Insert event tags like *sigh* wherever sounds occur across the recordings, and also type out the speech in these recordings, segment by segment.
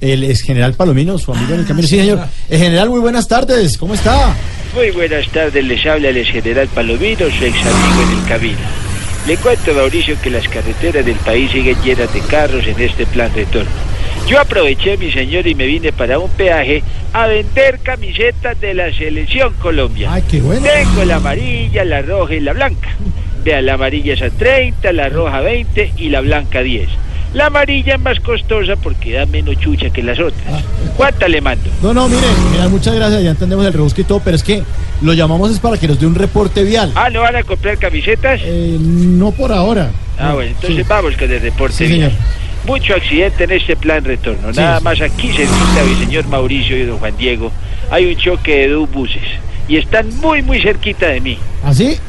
El ex general Palomino, su amigo en el Ah, camino. Sí, señor. Eh, general, muy buenas tardes. ¿Cómo está? Muy buenas tardes, les habla el ex general Palomino, su ex amigo en el camino. Le cuento a Mauricio que las carreteras del país siguen llenas de carros en este plan retorno. Yo aproveché, mi señor, y me vine para un peaje a vender camisetas de la selección Colombia. Ay, qué bueno. Tengo la amarilla, la roja y la blanca. Vean, la amarilla es a 30, la roja 20 y la blanca 10. La amarilla es más costosa porque da menos chucha que las otras. ¿Cuánta le mando? No, no, mire, general, muchas gracias. Ya entendemos el rebusque y todo, pero es que lo llamamos es para que nos dé un reporte vial. Ah, ¿no van a comprar camisetas? Eh, no por ahora. Ah, bueno, entonces Sí. vamos con el reporte. Sí, vial. señor. Mucho accidente en este plan retorno. Sí, Nada sí. más aquí cerquita del señor Mauricio y don Juan Diego. Hay un choque de dos buses y están muy, muy cerquita de mí. ¿Así? ¿Ah,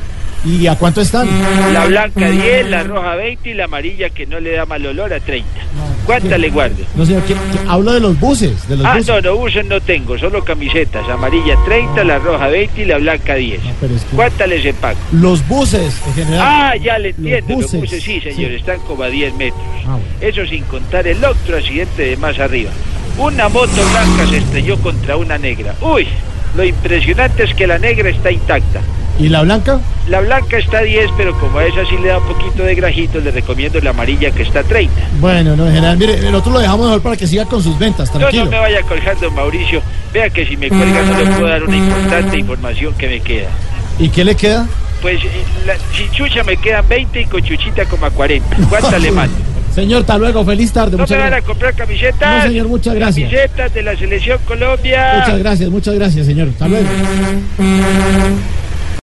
¿Y a cuánto están? La Ah. blanca 10, la roja 20 y la amarilla que no le da mal olor a 30. ¿Cuánta le guardo? No, señor, que, que hablo de los buses, de los Ah, buses. no, no, buses no tengo, solo camisetas. Amarilla 30, la roja 20 y la blanca 10. No, pero es que- ¿Cuánta les empaco? Los buses, en general. Ah, ya le entiendo, los buses, buses, sí, señor, sí. están como a 10 metros. Ah, bueno. Eso sin contar el otro accidente de más arriba. Una moto blanca se estrelló contra una negra. Uy, lo impresionante es que la negra está intacta. ¿Y la blanca? La blanca está a 10, pero como a esa sí le da un poquito de grajito, le recomiendo la amarilla que está a 30. Bueno, no, general, mire, nosotros lo dejamos mejor para que siga con sus ventas, No, tranquilo. no me vaya colgando, Mauricio. Vea que si me cuelga no le puedo dar una importante información que me queda. ¿Y qué le queda? Pues eh, la, sin chucha me quedan 20 y con chuchita como a 40. ¿Cuánta *laughs* le mando? Señor, hasta luego, feliz tarde. ¿No muchas me van a gracias. comprar camisetas? No, señor, muchas gracias. Camisetas de la Selección Colombia. Muchas gracias, muchas gracias, señor. Hasta luego.